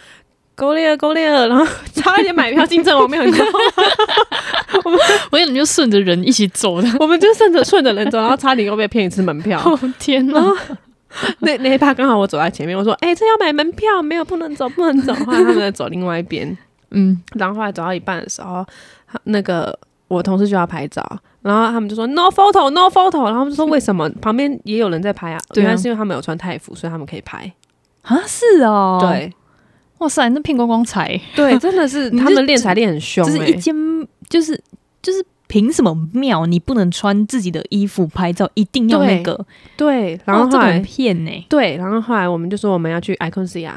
Speaker 1: 勾裂了，勾裂了，然后差一点买票进郑王庙，你知道吗？
Speaker 2: 我跟你就顺着人一起走的，
Speaker 1: *laughs* 我们就顺着顺着人走，然后差点又被骗一次门票。
Speaker 2: 哦 *laughs* 天哪！
Speaker 1: *laughs* 那那一趴刚好我走在前面，我说：“哎、这要买门票，没有不能走，不能走。”后来他们在走另外一边，
Speaker 2: 嗯，
Speaker 1: 然后后来走到一半的时候，他那个我同事就要拍照，然后他们就说 “no photo, no photo”，然后他们就说为什么旁边也有人在拍啊？
Speaker 2: 对啊
Speaker 1: 原来是因为他们有穿泰服，所以他们可以拍。
Speaker 2: 啊是哦，，
Speaker 1: 对
Speaker 2: 哇塞，那骗光光财，
Speaker 1: 对，真的 *laughs* 是
Speaker 2: 你就
Speaker 1: 他们练才练很凶、
Speaker 2: 就
Speaker 1: 欸，
Speaker 2: 是一间，就是就是凭什么庙你不能穿自己的衣服拍照，一定要那
Speaker 1: 对
Speaker 2: 个？
Speaker 1: 对，然后
Speaker 2: 哇
Speaker 1: 后
Speaker 2: 这个
Speaker 1: 来、
Speaker 2: 很骗欸呢，
Speaker 1: 对，然后后来我们就说我们要去 Iconia，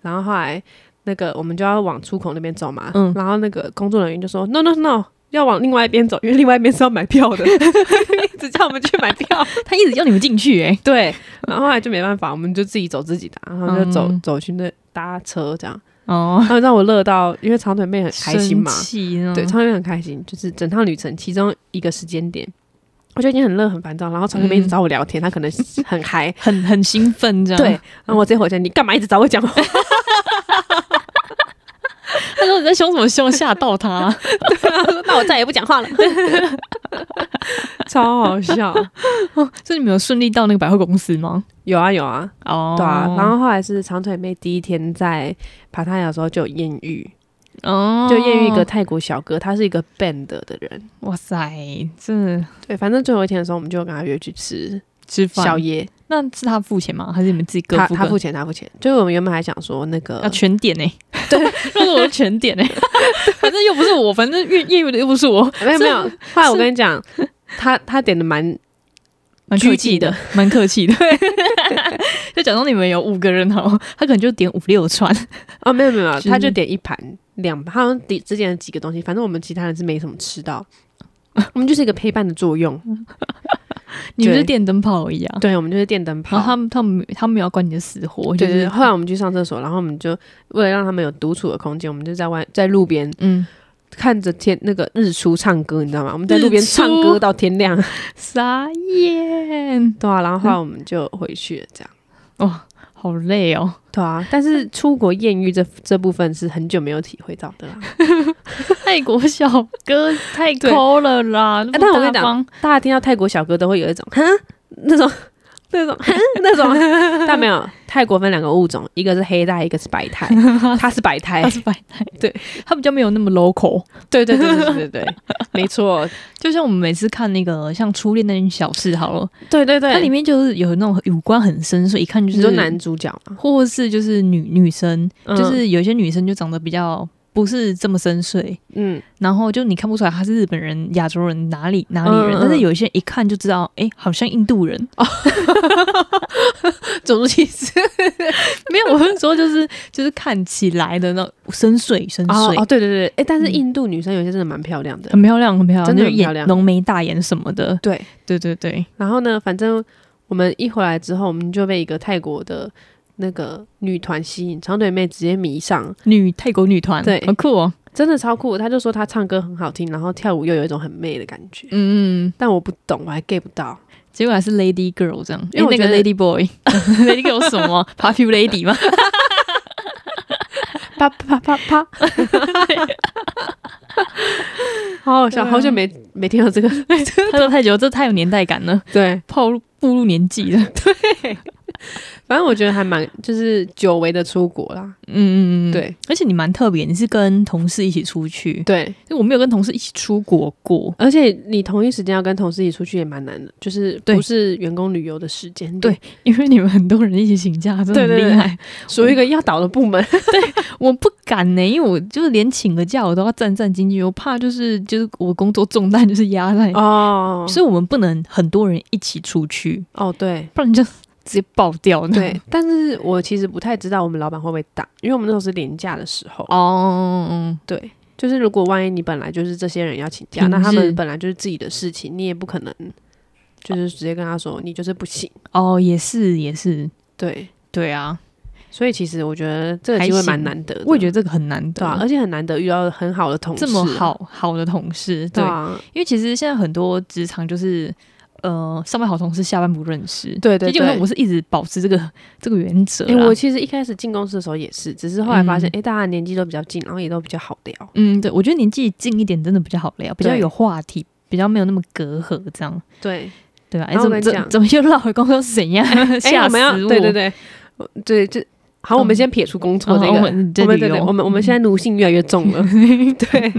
Speaker 1: 然后后来那个我们就要往出口那边走嘛，
Speaker 2: 嗯
Speaker 1: 然后那个工作人员就说 “no no no”，要往另外一边走，因为另外一边是要买票
Speaker 2: *laughs*
Speaker 1: 的，一 *laughs* 直叫我们去买票。
Speaker 2: 他一直要你们进去，
Speaker 1: *laughs*
Speaker 2: 哎，
Speaker 1: 对，然后后来就没办法，我们就自己走自己的啊，然后就走、
Speaker 2: 嗯
Speaker 1: 走去那搭车这样，
Speaker 2: 哦，
Speaker 1: 然后让我乐到，因为长腿妹很开心嘛，
Speaker 2: 生气嗯呢，
Speaker 1: 对，长腿妹很开心，就是整趟旅程其中一个时间点，我就已经很热很烦躁，然后长腿妹一直找我聊天，她可能很嗨
Speaker 2: 很很兴奋这样。
Speaker 1: 对，，然后我直接回家，你干嘛一直找我讲话？
Speaker 2: 他说你在凶什么凶，吓到 *laughs* 他。
Speaker 1: 那我再也不讲话了， *laughs* 超好笑，
Speaker 2: 哦所以你们有顺利到那个百货公司吗？
Speaker 1: 有啊有啊，
Speaker 2: 哦
Speaker 1: 对啊，然后后来是长腿妹第一天在爬塔雅的时候就有艳遇，
Speaker 2: 哦
Speaker 1: 就艳遇一个，泰国小哥，他是一个 band 的人。
Speaker 2: 哇塞，这
Speaker 1: 对，反正最后一天的时候，我们就跟他约去吃
Speaker 2: 吃饭
Speaker 1: 宵夜，
Speaker 2: 那是他付钱吗？还是你们自己各
Speaker 1: 他
Speaker 2: 付
Speaker 1: 嗯
Speaker 2: 各？
Speaker 1: 他付钱，他付钱。就是我们原本还想说那个
Speaker 2: 要，全点呢、对， *laughs* 那是我的全点呢、欸 *laughs* 反正又不是我，反正业业余的又不是我，
Speaker 1: 没有没有。后来我
Speaker 2: 是
Speaker 1: 跟你讲，他他点的蛮
Speaker 2: 蛮
Speaker 1: 拘
Speaker 2: 客
Speaker 1: 谨
Speaker 2: 气
Speaker 1: 的
Speaker 2: 的，蛮客气的。 *laughs* 就假装你们有五个人好，他可能就点五六串。
Speaker 1: 哦，没有没有没有，
Speaker 2: 是
Speaker 1: 他就点一盘两，他好像点之前几个东西，反正我们其他人是没什么吃到。我们就是一个陪伴的作用，
Speaker 2: 你们就电灯泡一样。
Speaker 1: 对，我们就是电灯
Speaker 2: 然后
Speaker 1: 泡。
Speaker 2: 他们他们他们没有管你的死活，
Speaker 1: 对
Speaker 2: 就
Speaker 1: 对对，
Speaker 2: 是
Speaker 1: 后来我们去上厕所，然后我们就为了让他们有独处的空间，我们就在外在路边
Speaker 2: 嗯，
Speaker 1: 看着天那个日出唱歌，你知道吗？我们在路边
Speaker 2: 日出
Speaker 1: 唱歌到天亮， *laughs*
Speaker 2: 傻眼，
Speaker 1: 对啊，然后后来我们就回去了，这样。
Speaker 2: 好累 *laughs* 哦。
Speaker 1: 对啊，但是出国艳遇这这部分是很久没有体会到的啦。 *laughs*
Speaker 2: 泰国小哥太抠了啦！那么
Speaker 1: 但我跟你
Speaker 2: 大方，
Speaker 1: 大家听到泰国小哥都会有一种哼那种那种哼那种， *laughs* 但没有泰国分两个物种，一个是黑带，一个是白带， *laughs* 他是白带
Speaker 2: *laughs* 他。是白带，
Speaker 1: 对
Speaker 2: 他比较没有那么 local。
Speaker 1: 对对对对对对对， *laughs* 没错，
Speaker 2: 就像我们每次看那个像《初恋那件小事》好了，
Speaker 1: 对对对。
Speaker 2: 它里面就是有那种五官很深邃，一看就
Speaker 1: 你说
Speaker 2: 是
Speaker 1: 男，主角嘛，
Speaker 2: 或是就是女女生，
Speaker 1: 嗯
Speaker 2: 嗯就是有些女生就长得比较不是这么深邃。
Speaker 1: 嗯，
Speaker 2: 然后就你看不出来他是日本人、亚洲人哪里哪里人，
Speaker 1: 嗯嗯
Speaker 2: 但是有一些一看就知道，哎、好像印度 *laughs* 人。
Speaker 1: 种族歧视
Speaker 2: 没有，我是说就是就是看起来的那种深邃深
Speaker 1: 哦
Speaker 2: 邃、
Speaker 1: 哦，对对对，哎，但是
Speaker 2: 嗯
Speaker 1: 印度女生有些真的蛮漂亮的，
Speaker 2: 很漂亮，很漂亮，
Speaker 1: 真的
Speaker 2: 就
Speaker 1: 很
Speaker 2: 是
Speaker 1: 漂亮
Speaker 2: 眼浓眉大眼什么的，
Speaker 1: 对。
Speaker 2: 对对对，
Speaker 1: 然后呢，反正我们一回来之后，我们就被一个泰国的那个女团吸引，长腿妹直接迷上，
Speaker 2: 女泰国女团，
Speaker 1: 对
Speaker 2: 好酷哦。
Speaker 1: 真的超酷。她就说她唱歌很好听，然后跳舞又有一种很媚的感觉，
Speaker 2: 嗯嗯，
Speaker 1: 但我不懂，我还 get 不到。
Speaker 2: 结果还是 Lady Girl 这样，
Speaker 1: 因为我
Speaker 2: 诶那个
Speaker 1: 觉得 *laughs*
Speaker 2: Lady Boy，Lady Girl 是什么 Puppy Lady 吗？
Speaker 1: 啪啪啪啪
Speaker 2: *laughs*
Speaker 1: 啪，好好笑，好久没
Speaker 2: 啊
Speaker 1: 没听到这个，
Speaker 2: 他说太久，这太有年代感了，
Speaker 1: 对。
Speaker 2: 暴露步入年纪了。
Speaker 1: 反正我觉得还蛮就是久违的出国啦，
Speaker 2: 嗯嗯嗯，嗯
Speaker 1: 对。
Speaker 2: 而且你蛮特别，你是跟同事一起出去，
Speaker 1: 对，
Speaker 2: 因为我没有跟同事一起出国过。
Speaker 1: 而且你同一时间要跟同事一起出去也蛮难的，就是
Speaker 2: 对
Speaker 1: 不是员工旅游的时间点，
Speaker 2: 对因为你们很多人一起请假，真的很
Speaker 1: 对对对
Speaker 2: 厉害。
Speaker 1: 属于一个要倒的部门，
Speaker 2: 我不敢呢、因为我就是连请个假我都要战战兢兢，我怕就是就是我工作重担就是压在，
Speaker 1: 哦
Speaker 2: 所以我们不能很多人一起出去，
Speaker 1: 哦，
Speaker 2: *laughs*
Speaker 1: 对
Speaker 2: 不然就直接爆掉呢。
Speaker 1: 对，但是我其实不太知道我们老板会不会打，因为我们那时候是年假的时候，
Speaker 2: 哦，
Speaker 1: 对，就是如果万一你本来就是这些人要请假，
Speaker 2: 平
Speaker 1: 那他
Speaker 2: 日
Speaker 1: 们本来就是自己的事情，你也不可能就是直接跟他说你就是不行，
Speaker 2: 哦，也是也是，
Speaker 1: 对，
Speaker 2: 对啊，
Speaker 1: 所以其实我觉得这个机
Speaker 2: 还
Speaker 1: 会
Speaker 2: 行
Speaker 1: 蛮难得的，
Speaker 2: 我也觉
Speaker 1: 得
Speaker 2: 得这个很难得，
Speaker 1: 对啊，而且很难得遇到很好的同事、
Speaker 2: 这么，好好的同事，
Speaker 1: 对
Speaker 2: 对，
Speaker 1: 啊，
Speaker 2: 因为其实现在很多职场就是。呃，上班好同事，下班不认识。
Speaker 1: 对对
Speaker 2: 基本上
Speaker 1: 对
Speaker 2: 我是一直保持这个这个原则啊
Speaker 1: 哎、
Speaker 2: 啦。
Speaker 1: 我其实一开始进公司的时候也是，只是后来发现，
Speaker 2: 嗯
Speaker 1: 哎、大家年纪都比较近，然后也都比较好聊。
Speaker 2: 嗯，对，我觉得年纪近一点真的比较好聊，比较
Speaker 1: 对
Speaker 2: 有话题，比较没有那么隔阂，这样
Speaker 1: 对，
Speaker 2: 对吧？哎
Speaker 1: 然后
Speaker 2: 怎
Speaker 1: 我跟
Speaker 2: 么
Speaker 1: 你
Speaker 2: 怎
Speaker 1: 讲
Speaker 2: 怎么又绕回工作是怎样？
Speaker 1: *laughs* 哎、
Speaker 2: 吓
Speaker 1: 我们要
Speaker 2: 死
Speaker 1: 对对
Speaker 2: 我
Speaker 1: 对，我对这好，我们先撇除工作
Speaker 2: 哦
Speaker 1: 这个，
Speaker 2: 我们这哦
Speaker 1: 我们
Speaker 2: 旅
Speaker 1: 对对，
Speaker 2: 游
Speaker 1: 我们我们现在奴性越来越重
Speaker 2: *laughs*
Speaker 1: 了。对，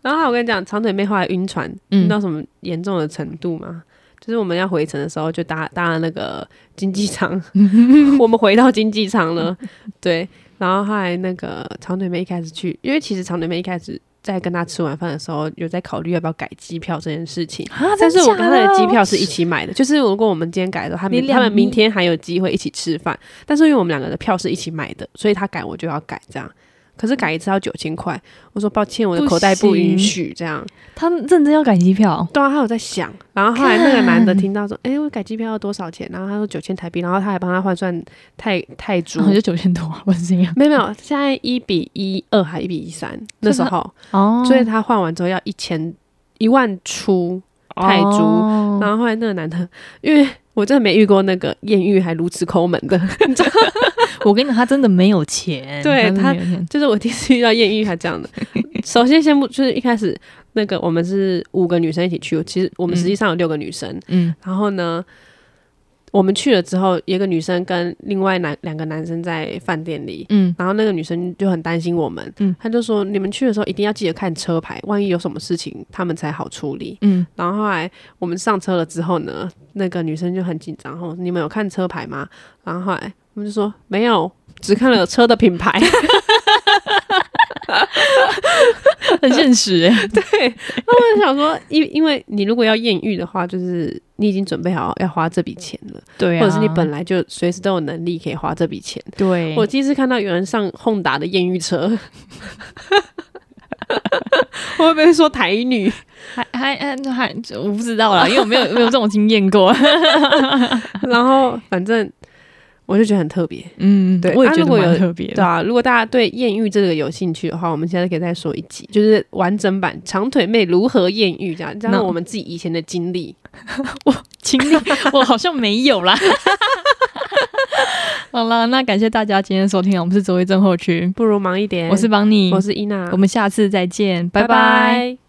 Speaker 1: 然后我跟你讲，长腿妹后来晕船，
Speaker 2: 嗯
Speaker 1: 晕到什么严重的程度吗？就是我们要回程的时候，就搭搭那个经济舱，
Speaker 2: *laughs*
Speaker 1: 我们回到经济舱了。对，然后后来那个长腿妹一开始去，因为其实长腿妹一开始在跟她吃完饭的时候，有在考虑要不要改机票这件事情。
Speaker 2: 啊，
Speaker 1: *laughs* 但是我跟
Speaker 2: 刚
Speaker 1: 她
Speaker 2: 才
Speaker 1: 的机票是一起买的，就是如果我们今天改的话，他
Speaker 2: 你
Speaker 1: 们
Speaker 2: 两
Speaker 1: 他们明天还有机会一起吃饭。但是因为我们两个的票是一起买的，所以他改我就要改这样。可是改一次要九千块，我说抱歉，我的
Speaker 2: 不
Speaker 1: 口袋不允
Speaker 2: 行
Speaker 1: 许这样。
Speaker 2: 他认真要改机票，
Speaker 1: 对啊，他有在想。然后后来那个
Speaker 2: 看
Speaker 1: 男的听到
Speaker 2: *laughs*
Speaker 1: 说：“哎、我改机票要多少钱？”然后他说九千台币，然后他还帮他换算泰泰铢
Speaker 2: 然。后就九千多，不是这样
Speaker 1: 没有没有，现在一比一二还一比一三那时候，
Speaker 2: 哦
Speaker 1: 所以他换完之后要一千一万出。泰铢
Speaker 2: 哦
Speaker 1: 然后后来那个男的，因为我真的没遇过那个艳遇还如此抠门的， *laughs*
Speaker 2: 我跟你讲，他真的没有钱，
Speaker 1: 对
Speaker 2: 真的
Speaker 1: 他
Speaker 2: 没有钱
Speaker 1: 就是我第一次遇到艳遇还这样的。首先先不就是一开始那个我们是五个女生一起去，其实我们实际上有六个女生，
Speaker 2: 嗯
Speaker 1: 然后呢，我们去了之后，有一个女生跟另外男两个男生在饭店里，
Speaker 2: 嗯
Speaker 1: 然后那个女生就很担心我们，
Speaker 2: 嗯
Speaker 1: 她就说你们去的时候一定要记得看车牌，万一有什么事情他们才好处理。
Speaker 2: 嗯，
Speaker 1: 然后后来我们上车了之后呢，那个女生就很紧张，哦吼，你们有看车牌吗？然后后来我们就说没有，只看了车的品
Speaker 2: *laughs*
Speaker 1: 牌。 *laughs*
Speaker 2: 很现实 *laughs* 哎，
Speaker 1: 那我就想说，因因为你如果要艳遇的话，就是你已经准备好要花这笔钱了，
Speaker 2: 对啊，
Speaker 1: 或者是你本来就随时都有能力可以花这笔钱。
Speaker 2: 对，
Speaker 1: 我第一次看到有人上轰达的艳遇车， *laughs* 我会不会说台女？
Speaker 2: 还还还还我不知道啦，因为我没有 *laughs* 没有这种经验过，
Speaker 1: 然后反正我就觉得很特别，
Speaker 2: 嗯，
Speaker 1: 对
Speaker 2: 我也
Speaker 1: 啊
Speaker 2: 觉
Speaker 1: 如
Speaker 2: 得
Speaker 1: 果
Speaker 2: 蛮
Speaker 1: 有
Speaker 2: 特别的
Speaker 1: 对，啊。如果大家对艳遇这个有兴趣的话，我们现在可以再说一集，就是完整版长腿妹如何艳遇这样，加
Speaker 2: 那
Speaker 1: 上我们自己以前的经历。
Speaker 2: 经 *laughs* 历，我好像没有 *laughs* 啦。好啦，那感谢大家今天的收听啊，我们是周一症候群，
Speaker 1: 不如忙一点，
Speaker 2: 嗯我是邦尼，
Speaker 1: 我是伊娜，
Speaker 2: 我们下次再见，拜
Speaker 1: 拜
Speaker 2: 拜
Speaker 1: 拜